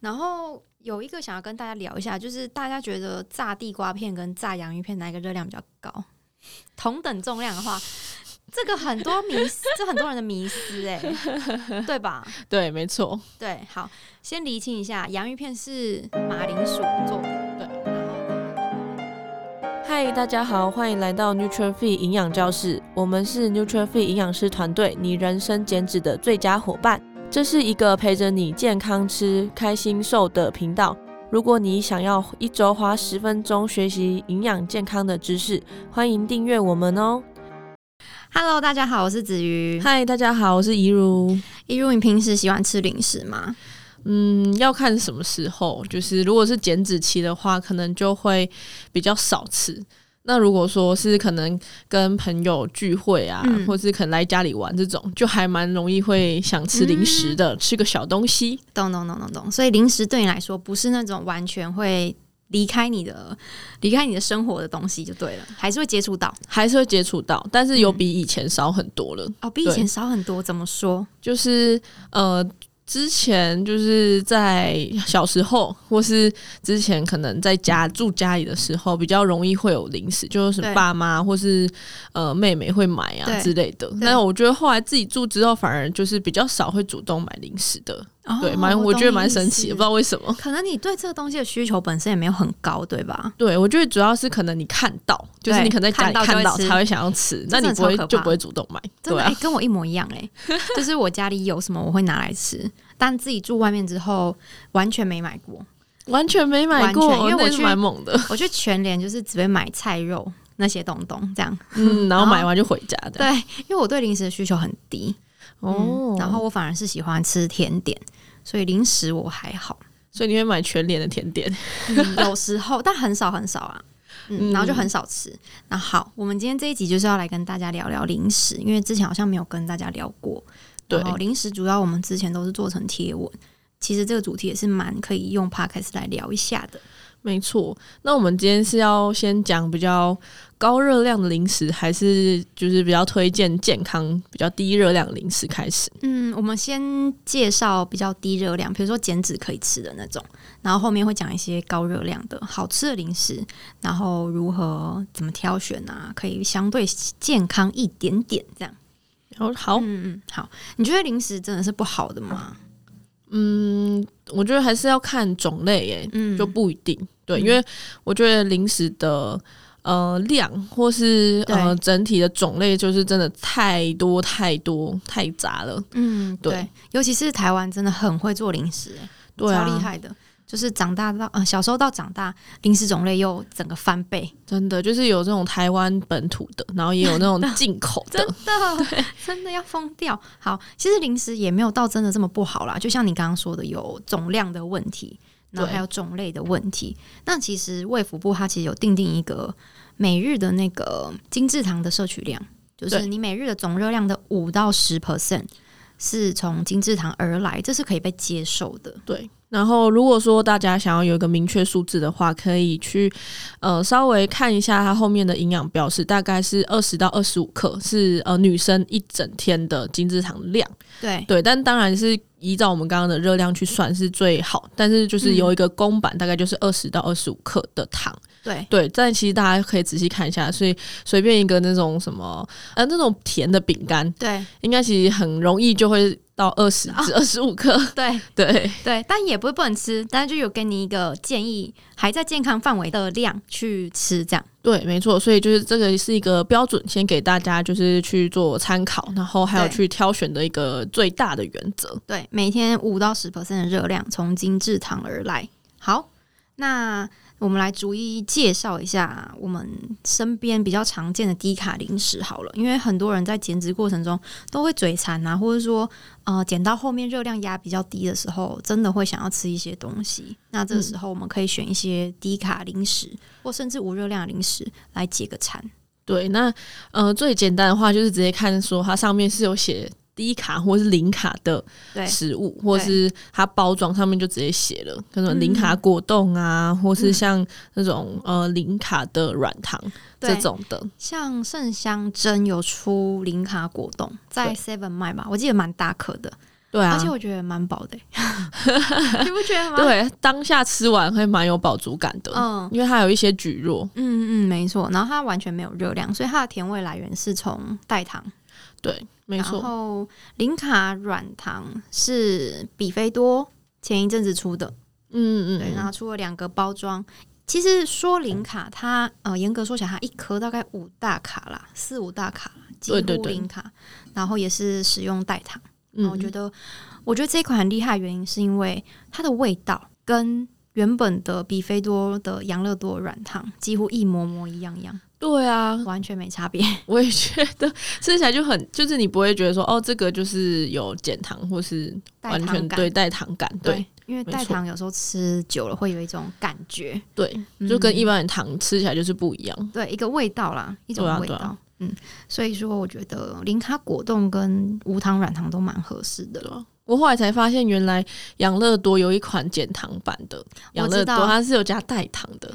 然后有一个想要跟大家聊一下，就是大家觉得炸地瓜片跟炸洋芋片哪一个热量比较高？同等重量的话，这个很多迷思， 这很多人的迷思、哎，对吧？对，没错，对，好，先厘清一下，洋芋片是马铃薯做的，对，然后嗨，大家好，欢迎来到 NutriFit 营养教室，我们是 NutriFit 营养师团队，你人生减脂的最佳伙伴。这是一个陪着你健康吃、开心瘦的频道。如果你想要一周花十分钟学习营养健康的知识，欢迎订阅我们哦。 Hello，大家好，我是子瑜。嗨，大家好，我是怡如。一如，你平时喜欢吃零食吗？嗯，要看什么时候，就是如果是减脂期的话，可能就会比较少吃。那如果说是可能跟朋友聚会啊，嗯或是可能来家里玩这种，就还蛮容易会想吃零食的，吃个小东西。懂懂懂懂懂，所以零食对你来说不是那种完全会离开你的、离开你的生活的东西就对了，还是会接触到还是会接触到，但是有比以前少很多了。哦，比以前少很多。怎么说？就是呃，之前就是在小时候，或是之前可能在家住家里的时候，比较容易会有零食，就是对爸妈或是呃妹妹会买啊对之类的。但我觉得后来自己住之后，反而就是比较少会主动买零食的，哦对，蛮我觉得蛮神奇的，不懂知。道为什么你意思。可能你对这个东西的需求本身也没有很高，对吧？对，我觉得主要是可能你看到，就是对你可能在家看里到就会看到吃才会想要吃，那真的你不会超可怕就不会主动买，真对的、啊诶，跟我一模一样 哎、就是我家里有什么我会拿来吃，但自己住外面之后完全没买过。完全没买完全过，因为那我是去蛮猛的。我去全联就是只会买菜肉那些东东这样，嗯，然然后后买完就回家的。对，因为我对零食的需求很低。哦嗯，，然后我反而是喜欢吃甜点，所以零食我还好，所以你会买全脸的甜点， 嗯、有时候但很少很少啊。嗯，嗯然后就很少吃。那好，我们今天这一集就是要来跟大家聊聊零食，因为之前好像没有跟大家聊过。对然后零食主要我们之前都是做成贴文，其实这个主题也是蛮可以用 podcast 来聊一下的。没错。那我们今天是要先讲比较高热量的零食，还是就是比较推荐健康、比较低热量的零食开始？嗯，我们先介绍比较低热量，比如说减脂可以吃的那种，然后后面会讲一些高热量的好吃的零食，然后如何怎么挑选啊，可以相对健康一点点这样。然后好，嗯嗯，好，你觉得零食真的是不好的吗？嗯，我觉得还是要看种类耶，嗯，就不一定。对，因为我觉得零食的。呃，量或是呃对整体的种类，就是真的太多太多太杂了。嗯对，对尤其是台湾真的很会做零食、欸，对啊，超厉害的。就是长大到呃小时候到长大，零食种类又整个翻倍，真的就是有这种台湾本土的，然后也有那种进口的 真，的， 真的要疯掉。好，其实零食也没有到真的这么不好啦，就像你刚刚说的，有总量的问题，然后对还有种类的问题。那其实卫福部它其实有定定一个每日的那个精制糖的摄取量，就是对你每日的总热量的五到十 percent 是从精制糖而来，这是可以被接受的。对。然后，如果说大家想要有一个明确数字的话，可以去呃稍微看一下它后面的营养标示，大概是二十到二十五克，是呃女生一整天的精制糖量。对，对，但当然是依照我们刚刚的热量去算是最好，但是就是有一个公版，大概就是二十到二十五克的糖。对，对，但其实大家可以仔细看一下，所以随便一个那种什么呃那种甜的饼干，对，应该其实很容易就会到二十至二十五克。 对。对对，但也不是不能吃，但是就有给你一个建议，还在健康范围的量去吃，这样。对，没错，所以就是这个是一个标准，先给大家就是去做参考，然后还有对去挑选的一个最大的原则。对，每天五到十 percent 的热量从精制糖而来。好，那我们来逐一介绍一下我们身边比较常见的低卡零食好了，因为很多人在减脂过程中都会嘴馋啊，或者说呃减到后面热量压比较低的时候，真的会想要吃一些东西。那这个嗯时候我们可以选一些低卡零食，或甚至无热量的零食来解个馋。对，那呃最简单的话就是直接看说它上面是有写。低卡或是零卡的对，食物，或是它包装上面就直接写了，可能嗯零卡果冻啊，或是嗯像那种呃零卡的软糖这对种的，像圣香珍有出零卡果冻，在 Seven 卖吧，我记得蛮大颗的。对啊而且，我觉得蛮饱 的、欸，你不觉得吗？，对当下吃完会蛮有饱足感的，嗯因为它有一些蒟蒻。嗯嗯，没错。然后它完全没有热量，所以它的甜味来源是从代糖。对，没然错，后零卡软糖是比菲多前一阵子出的，嗯对，然嗯后出了两个包装。其实说零卡，它呃严格说起来，它一颗大概五大卡啦，四五大卡，几对对乎对零卡。然后也是使用代糖。嗯，然后我觉得，我觉得这一款很厉害，的原因是因为它的味道跟原本的比菲多的养乐多软糖几乎一模模一样样，对啊，完全没 差别。我也觉得吃起来就很，就是你不会觉得说哦，这个就是有减糖或是代完糖全感对代糖感，对对，因为没代错糖有时候吃久了会有一种感觉，对，嗯就跟一般的糖吃起来就是不一样。对一个味道啦，一种对啊味道。对啊嗯，所以说我觉得零卡果冻跟无糖软糖都蛮合适的对。啊我后来才发现，原来养乐多有一款减糖版的养乐知多，道它是有加代糖的，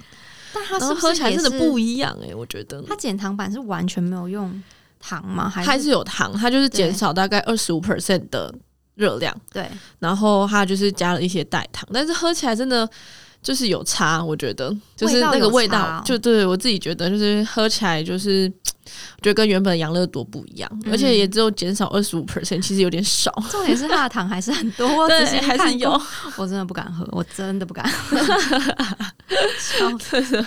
但它然是后不是喝起来也真的是不一样哎、我觉得它减糖版是完全没有用糖吗？还它还是是有糖，它就是减对少大概二十五 percent 的热量，对？然后它就是加了一些代糖，但是喝起来真的就是有差，我觉得就是那个味味道，道有差哦就对我自己觉得就是喝起来就是。我觉得跟原本的养乐多不一样，嗯而且也只有减少二十五 percent，其实有点少，重点是它的糖还是很多，我 对仔细，还哦看是过有， 我真的不敢喝，我真的不敢 喝。笑死真的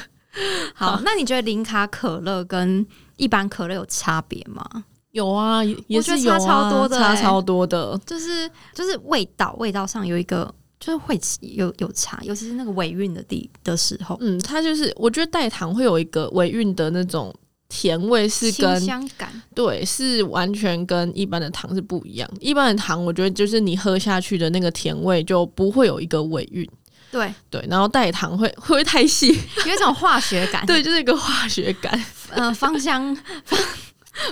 好，那你觉得零卡可乐跟一般可乐有差别吗？有啊，也也是我觉有、得啊、差超多的差欸超多的，就是就是味道，味道上有一个就是会有有差，尤其是那个尾韵的地的时候，嗯，它就是我觉得代糖会有一个尾韵的那种甜味是清跟香感。对是完全跟一般的糖是不一样。一般的糖我觉得就是你喝下去的那个甜味就不会有一个尾韵，对，对，然后代糖会会不会太 细？有一种化学感， 对，就是一个化学感，呃，芳 香，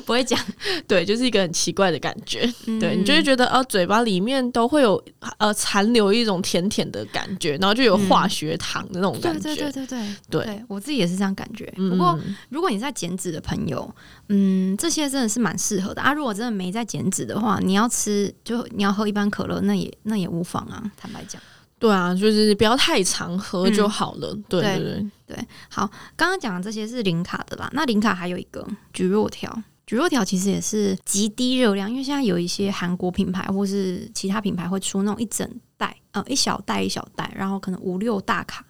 不会讲，对，就是一个很奇怪的感觉。对嗯你就会觉得呃嘴巴里面都会有呃残留一种甜甜的感觉，然后就有化学糖的那种感对觉。嗯对对对对对我自己也是这样感觉。嗯不过如果你在减脂的朋友，嗯，这些真的是蛮适合的啊。如果真的没在减脂的话，你要吃就你要喝一般可乐，那也那也无妨啊。坦白讲，对啊，就是不要太常喝就嗯好了。对对对对，刚刚讲的这些是零卡的啦，那零卡还有一个菊若条。菊若条其实也是极低热量，因为现在有一些韩国品牌或是其他品牌会出那种一整袋，呃，一小袋一小袋，然后可能五六大卡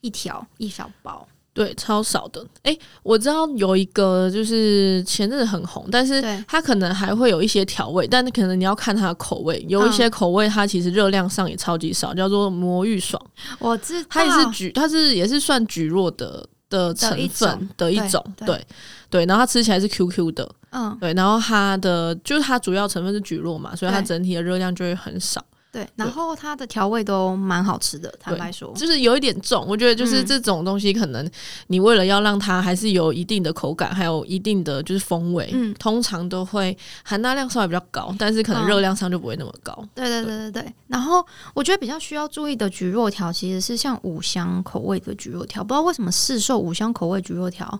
一条一小包。对，超少的。诶，我知道有一个就是前阵子很红，但是对它可能还会有一些调味，但可能你要看它的口味。有一些嗯口味它其实热量上也超级少，叫做魔芋爽，我知道，它也是菊，它是也是算菊若的的成分的一啊一种种，对对对。然后它吃起来是 QQ 的，嗯，对。然后它的就是它主要成分是菊若嘛，所以它对整体的热量就会很少，对，然后它的调味都蛮好吃的，坦白说，就是有一点重。我觉得就是嗯这种东西，可能你为了要让它还是有一定的口感，还有一定的就是风味，嗯通常都会含钠量稍微比较高，但是可能嗯热量上就不会那么高。对对对对对。然后我觉得比较需要注意的菊若条其实是像五香口味的菊若条，不知道为什么市售五香口味菊若条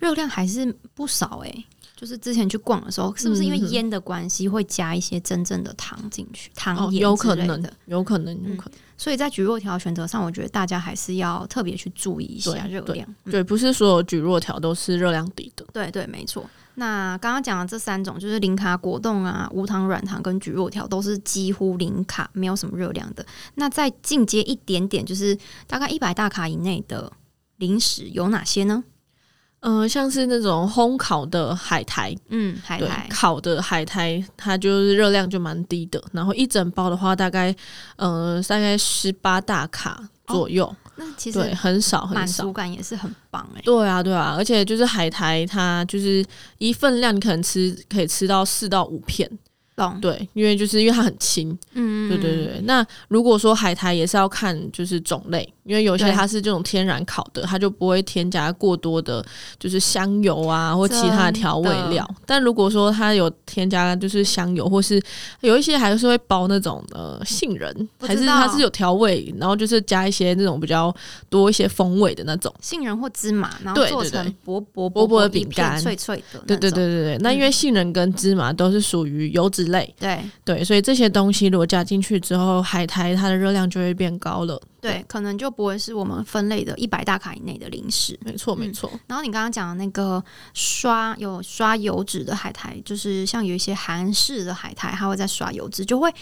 热量还是不少诶、就是之前去逛的时候，是不是因为嗯嗯腌的关系会加一些真正的糖进去，哦糖，盐、有可能，有可能，嗯有可能，所以在菊若条选择上，我觉得大家还是要特别去注意一下对热对量。嗯对，不是所有菊若条都是热量低的。对对，没错。那刚刚讲的这三种，就是零卡果冻啊、无糖软糖跟菊若条，都是几乎零卡，没有什么热量的。那再进阶一点点，就是大概一百大卡以内的零食有哪些呢？嗯、像是那种烘烤的海苔，嗯，海对，苔，烤的海苔，它就是热量就蛮低的。然后一整包的话，大概嗯、呃大概十八大卡左右，那哦其对，实很少很满少足。感也是很棒哎、对啊，对啊，而且就是海苔，它就是一份量，你可能吃可以吃到四到五片，懂？对，因为就是因为它很轻，嗯，对对对。那如果说海苔也是要看就是种类，因为有些对它是这种天然烤的，它就不会添加过多的，就是香油啊或其他的调味料。但如果说它有添加就是香油，或是有一些还是会包那种呃杏仁，我还知是道它是有调味，然后就是加一些那种比较多一些风味的那种。杏仁或芝麻，然后对做对对成薄薄薄薄的一片饼干脆脆的那种。对对对对对，那因为嗯杏仁跟芝麻都是属于油脂类，对对，所以这些东西如果加进去之后，海苔它的热量就会变高了。对，可能就不会是我们分类的一百大卡以内的零食。没错，没嗯错。然后你刚刚讲的那个刷有刷油脂的海苔，就是像有一些韩式的海苔，它会在刷油脂，就会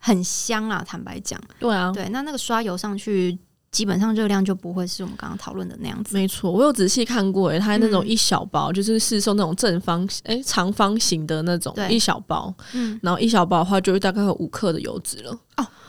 很香啊。坦白讲，对啊，对，那那个刷油上去，基本上热量就不会是我们刚刚讨论的那样子。没错，我有仔细看过欸诶，它那种嗯一小包，就是市售那种正方诶长方形的那种对一小包，嗯，然后一小包的话就是大概有五克的油脂了，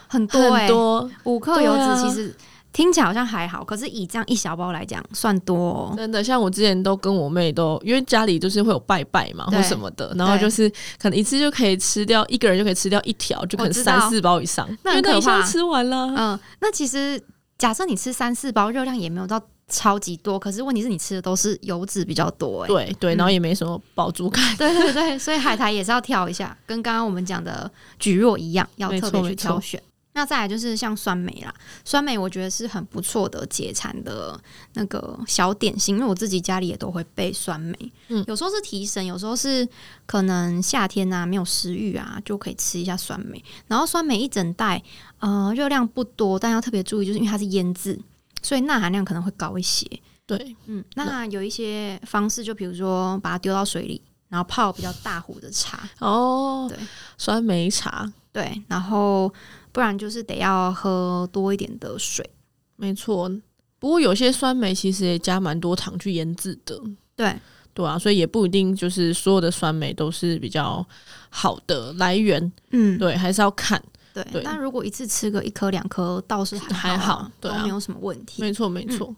很多、欸、很多，五克对油脂啊其实听起来好像还好，可是以这样一小包来讲，算多、哦。真的。像我之前都跟我妹都，因为家里就是会有拜拜嘛对或什么的，然后对就是可能一次就可以吃掉，一个人就可以吃掉一条，就可能我知道三四包以上，那因很为可一下怕就吃完了。嗯，那其实假设你吃三四包，热量也没有到超级多，可是问题是你吃的都是油脂比较多、欸，对对，嗯然后也没什么饱足感，对对对，所以海苔也是要挑一下，跟刚刚我们讲的蒟蒻一样，要没特别错去没错挑选。那再来就是像酸梅啦，酸梅我觉得是很不错的解馋的那个小点心，因为我自己家里也都会备酸梅，嗯有时候是提神，有时候是可能夏天啊没有食欲啊就可以吃一下酸梅。然后酸梅一整袋，呃，热量不多，但要特别注意，就是因为它是腌制，所以钠含量可能会高一些。对，嗯，那有一些方式，就比如说把它丢到水里，然后泡比较大壶的茶，哦对，酸梅茶，对，然后不然就是得要喝多一点的水，没错。不过有些酸梅其实也加蛮多糖去腌制的，对，对啊，所以也不一定就是所有的酸梅都是比较好的来源，嗯，对，还是要看。对。对但如果一次吃个一颗两颗，倒是还还好啊，好对啊都没有什么问题。没错，没错。嗯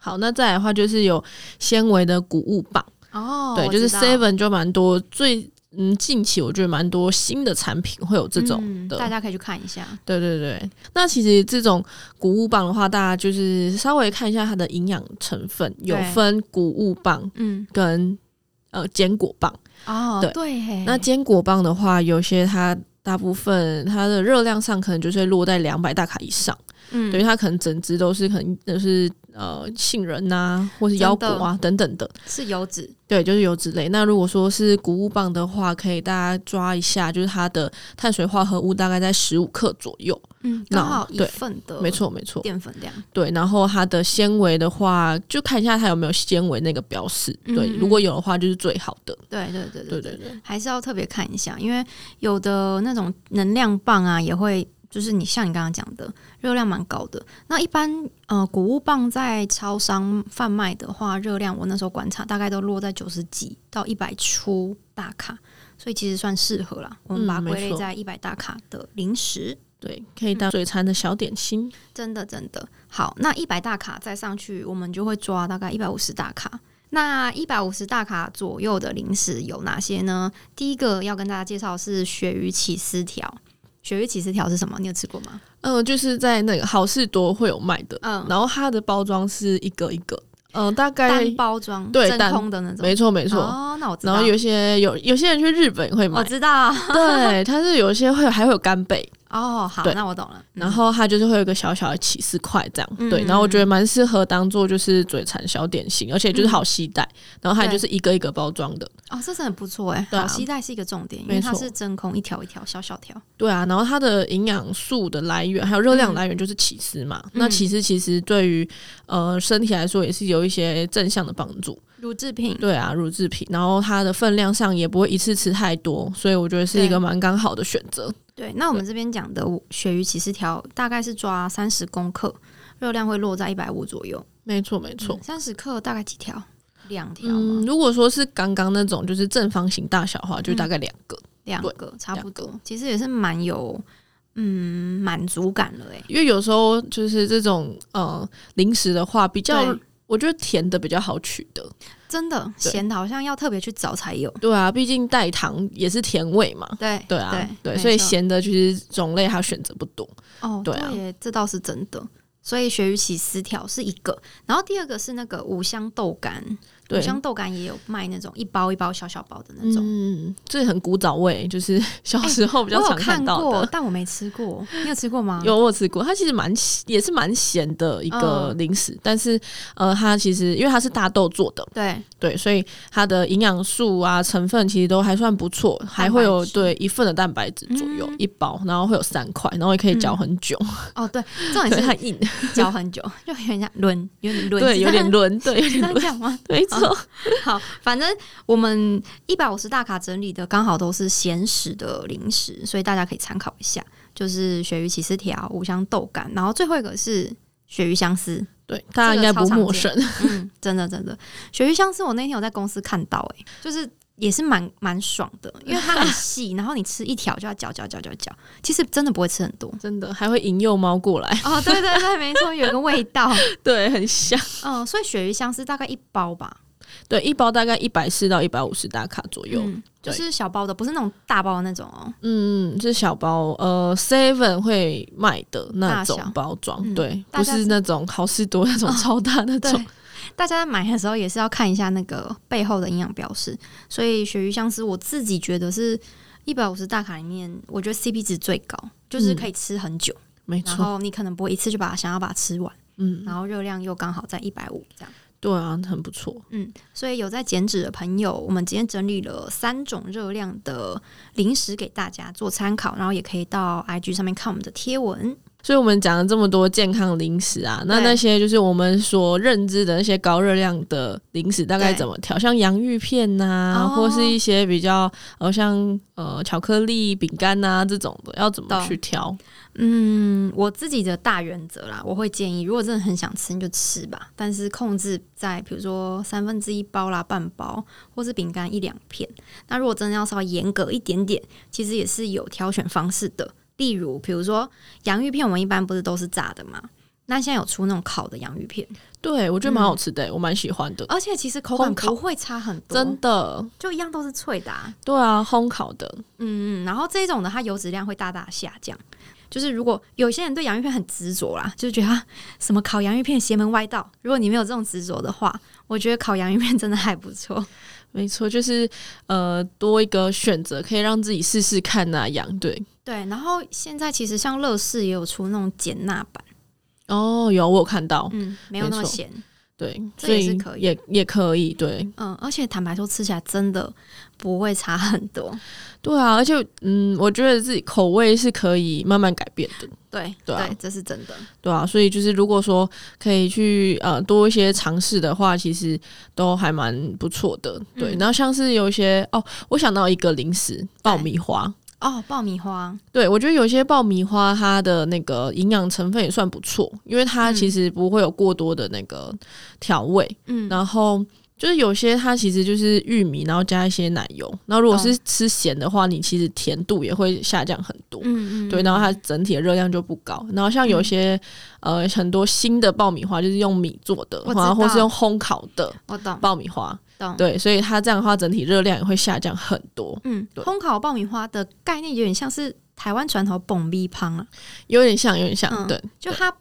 好，那再来的话就是有纤维的谷物棒，哦，对，我就是知道 Seven 就蛮多最。嗯，近期我觉得蛮多新的产品会有这种嗯的，大家可以去看一下。对对对。那其实这种谷物棒的话，大家就是稍微看一下它的营养成分，有对分谷物棒嗯，跟呃坚果棒。哦，对对耶，那坚果棒的话，有些它大部分它的热量上可能就是会落在两百大卡以上，嗯，对，它可能整只都是可能就是呃杏仁呐、或是腰果啊等等的，是油脂，对，就是油脂类。那如果说是谷物棒的话，可以大家抓一下，就是它的碳水化合物大概在十五克左右，嗯，那刚好一对份的，没，错没错，淀粉量。对。然后它的纤维的话，就看一下它有没有纤维那个标识，对，嗯嗯如果有的话就是最好的，对对对对对对。还是要特别看一下，因为有的那种能量棒啊，也会就是你像你刚刚讲的，热量蛮高的。那一般呃，谷物棒在超商贩卖的话，热量我那时候观察大概都落在九十几到一百出大卡，所以其实算适合啦。我们把它归嗯没类错在一百大卡的零食。对，可以嗯当嘴馋的小点心。真的真的好，那一百大卡再上去，我们就会抓大概一百五十大卡。那一百五十大卡左右的零食有哪些呢？第一个要跟大家介绍是鳕鱼起司条。鳕鱼起司条是什么？你有吃过吗？嗯，就是在那个好事多会有卖的，嗯，然后它的包装是一个一个，嗯、大概单包装，对真单空的那种。没错没错。哦，那我知道。然后有些有有些人去日本也会买我，知道。对， 它是有些会还会有干贝，哦，好，对那我懂了。然后它就是会有一个小小的起司块这样，嗯嗯对，然后我觉得蛮适合当做就是嘴馋小点心，而且就是好携带，然后它就是一个一个包装的，嗯哦，这是很不错哎，对啊好期待是一个重点，因为没它错是真空一条一条小小条。对啊，然后它的营养素的来源还有热嗯量来源就是起司嘛，那起司其实对于呃身体来说也是有一些正向的帮助，乳制品，对啊，乳制品，然后它的分量上也不会一次吃太多，所以我觉得是一对个蛮刚好的选择。对，那我们这边讲的鳕鱼起司条大概是抓三十公克，热量会落在一百五左右。没错，没错。三十克大概几条？两条哦嗯，吗？如果说是刚刚那种就是正方形大小的话，就嗯大概两个，两、对个差不多，其实也是蛮有嗯满足感了诶。因为有时候就是这种呃零食的话，比较对我觉得甜的比较好取的。真的对咸的好像要特别去找才有。对啊，毕竟代糖也是甜味嘛。对对啊，对对，没所以错咸的其实种类还有选择不多。哦，对啊耶这倒是真的。所以鳕鱼起司条是一个，然后第二个是那个五香豆干，对五香豆干也有卖那种一包一包小小包的那种。哎嗯，这很古早味，就是小时候比较我有常看到的。过，但我没吃过。你有吃过吗？有我有吃过，它其实蛮咸也是蛮咸的一个嗯零食，但是呃，它其实因为它是大豆做的，对，对，所以它的营养素啊成分其实都还算不错，还会有蛋白质对一份的蛋白质左右、嗯一包，然后会有三块，然后也可以嚼很久，哦对，重对，点它是硬， 嚼很久，就有点像轮，有点轮， 对，是有点 这样轮，对，有是这点样轮，讲吗？没错，好，反正我们一百五十大卡整理的刚好都是咸食的零食，所以大家可以参考一下，就是鳕鱼起司条、五香豆干，然后最后一个是鳕鱼香丝。对，大家应该不陌生， 嗯，真的真的，鳕鱼香丝我那天有在公司看到、欸，就是也是蛮蛮爽的，因为它很细，然后你吃一条就要嚼嚼嚼嚼嚼，其实真的不会吃很多。真的还会引诱猫过 来，哦，对对对，没错，有一个味道。对，很香，嗯，所以鳕鱼香丝大概一包吧，对，一包大概一百四到一百五十大卡左右，嗯，就对是小包的，不是那种大包的那种哦。嗯，是小包，呃，seven 会卖的那种大小包装，嗯对，大不家是知那种好事多那种超大那种对，，大家买的时候也是要看一下那个背后的营养标识。所以鳕鱼香丝，我自己觉得是一百五十大卡里面，我觉得 CP 值最高，就是可以吃很久，嗯没然错，后你可能不会一次就把它想要把它吃完，嗯，然后热量又刚好在一百五这样。对啊，很不错，嗯，所以有在减脂的朋友，我们今天整理了三种热量的零食给大家做参考，然后也可以到 IG 上面看我们的贴文。所以我们讲了这么多健康零食啊，那对那些就是我们所认知的那些高热量的零食，大概对怎么调？像洋芋片呐、哦或是一些比较呃像呃巧克力饼干呐这种的，要怎么懂去挑？嗯，我自己的大原则啦，我会建议，如果真的很想吃，你就吃吧，但是控制在比如说三分之一包啦、半包，或是饼干一两片。那如果真的要稍微严格一点点，其实也是有挑选方式的。例如，比如说洋芋片，我们一般不是都是炸的嘛？那现在有出那种烤的洋芋片，对我觉得蛮好吃的、我蛮喜欢的，而且其实口感烘烤不会差很多，嗯真的，就一样都是脆的、啊。对啊，烘烤的，嗯，嗯，然后这种的它油脂量会大大下降。就是如果有些人对洋芋片很执着啦，就是觉得啊什么烤洋芋片邪门歪道。如果你没有这种执着的话，我觉得烤洋芋片真的还不错。没错，就是呃，多一个选择，可以让自己试试看那样。对，对，然后现在其实像乐事也有出那种减钠版，哦，有我有看到，嗯，没有那么没错咸，对，这所也以是可以也也可以，对，嗯，而且坦白说吃起来真的不会差很多。对啊，而且嗯，我觉得自己口味是可以慢慢改变的，对对啊这是真的。对啊，所以就是如果说可以去呃多一些尝试的话，其实都还蛮不错的，对。嗯然后像是有一些哦，我想到一个零食爆米花。哦，爆米花，对，我觉得有些爆米花它的那个营养成分也算不错，因为它嗯其实不会有过多的那个调味，嗯，然后就是有些它其实就是玉米，然后加一些奶油。然后如果哦是吃咸的话，你其实甜度也会下降很多。嗯嗯，对，然后它整体的热量就不高。然后像有些、呃很多新的爆米花，就是用米做的，我知然后或是道用烘烤的我懂爆米花，懂。对，所以它这样的话整体热量也会下降很多，嗯，对烘烤爆米花的概念有点像是台湾传统蹦米汤啊，有点像，有点像，嗯对，就它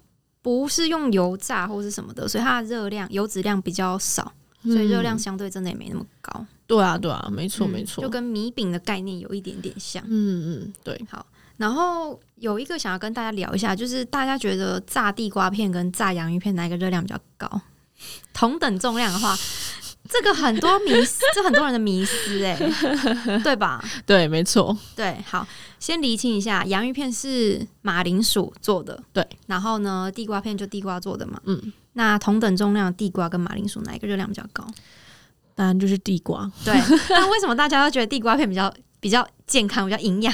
不是用油炸或是什么的，所以它的热量油脂量比较少，所以热量嗯相对真的也没那么高。对啊，对啊，没错，嗯没错就，跟米饼的概念有一点点像。嗯嗯，对，然后有一个想要跟大家聊一下，就是大家觉得炸地瓜片跟炸洋芋片哪一个热量比较高？同等重量的 话，这个很多迷思，这很多人的迷思哎、对吧？对，没错，对，好，先厘清一下，洋芋片是马铃薯做的，对。然后呢，地瓜片就地瓜做的嘛。嗯，那同等重量的地瓜跟马铃薯哪一个热量比较高？当然就是地瓜，对， 那为什么大家都觉得地瓜片比较比较健康、比较营养、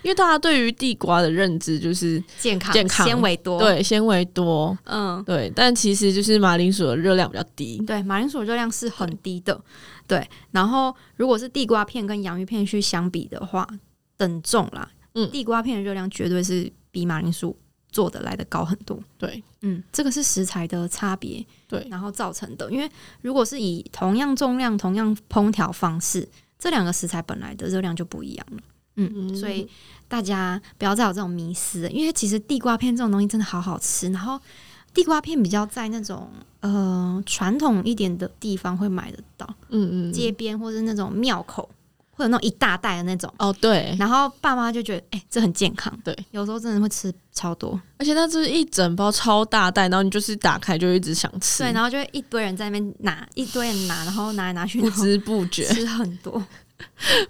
因为大家对于地瓜的认知就是健康、健康纤维多？，对纤维多，嗯，对，但其实就是马铃薯的热量比较低，对，马铃薯热量是很低的，对。然后如果是地瓜片跟洋芋片去相比的话，等重啦，嗯地瓜片的热量绝对是比马铃薯做的来的高很多。对嗯，这个是食材的差别。对然后造成的。因为如果是以同样重量、同样烹调方式，这两个食材本来的热量就不一样了。嗯，嗯所以大家不要再有这种迷思了，因为其实地瓜片这种东西真的好好吃，然后地瓜片比较在那种呃传统一点的地方会买得到，嗯嗯，街边或是那种庙口，会有那种一大袋的那种。哦对，然后爸妈就觉得，哎、这很健康。对，有时候真的会吃超多。而且它就是一整包超大袋，然后你就是打开就一直想吃，对，然后就会一堆人在那边拿，一堆人拿，然后拿来拿去，不然后知不觉， 吃很多。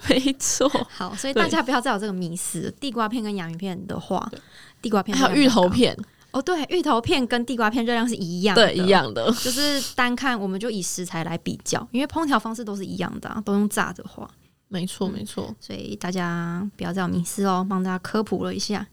没错。好，所以对大家不要再有这个迷思。地瓜片跟洋芋片的话，地瓜片 还有热量芋比较头高片，哦，对，芋头片跟地瓜片热量是一样的，嗯对，一。样的。就是单看我们就以食材来比较，因为烹调方式都是一样的、啊，都用炸的话，没错，嗯没错。所以大家不要再有迷思哦，帮大家科普了一下。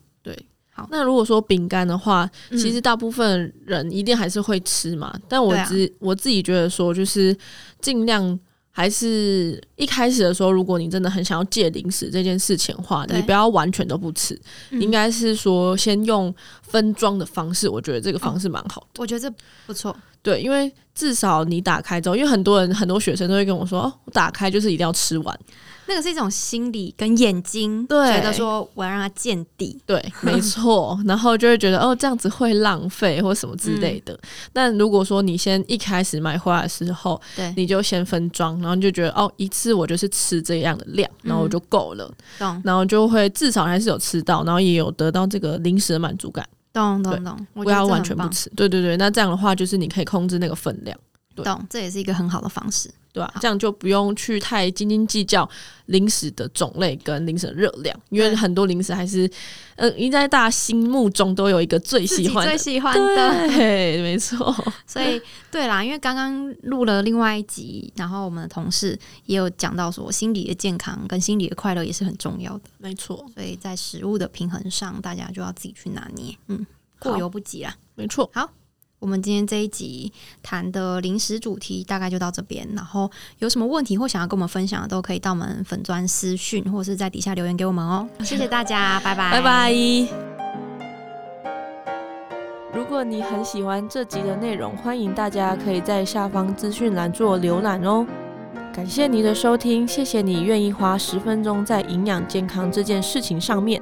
那如果说饼干的话，嗯其实大部分人一定还是会吃嘛，但我对啊只、我自己觉得说，就是尽量还是一开始的时候，如果你真的很想要戒零食这件事情的话，对你不要完全都不吃，嗯应该是说先用分装的方式，我觉得这个哦方式蛮好的。我觉得这不错，对，因为至少你打开之后，因为很多人很多学生都会跟我说，哦，我打开就是一定要吃完。那个是一种心理跟眼睛对觉得说我要让它见底，对，没错，然后就会觉得哦，这样子会浪费或什么之嗯类的。但如果说你先一开始买回来的时候，对，你就先分装，然后你就觉得哦，一次我就是吃这样的量，然后我就嗯够了，懂然后就会至少还是有吃到，然后也有得到这个零食的满足感，懂对懂懂，我不觉得要这完很全不棒，吃。对对对，那这样的话就是你可以控制那个分量，对懂，这也是一个很好的方式。对吧、好这样就不用去太斤斤计较零食的种类跟零食的热量，因为对很多零食还是，呃，应该大家心目中都有一个最自喜己欢的最。喜欢的，对，没错，所 以对啦，因为刚刚录了另外一集，然后我们的同事也有讲到说，心理的健康跟心理的快乐也是很重要的，没错，所以在食物的平衡上，大家就要自己去拿捏，嗯，过好犹不及啦。没错。我们今天这一集谈的零食主题大概就到这边，然后有什么问题或想要跟我们分享的，都可以到我们粉砖私讯或是在底下留言给我们哦。谢谢大家，拜拜，拜拜。如果你很喜欢这集的内容，欢迎大家可以在下方资讯栏做浏览哦。感谢你的收听，谢谢你愿意花十分钟在营养健康这件事情上面。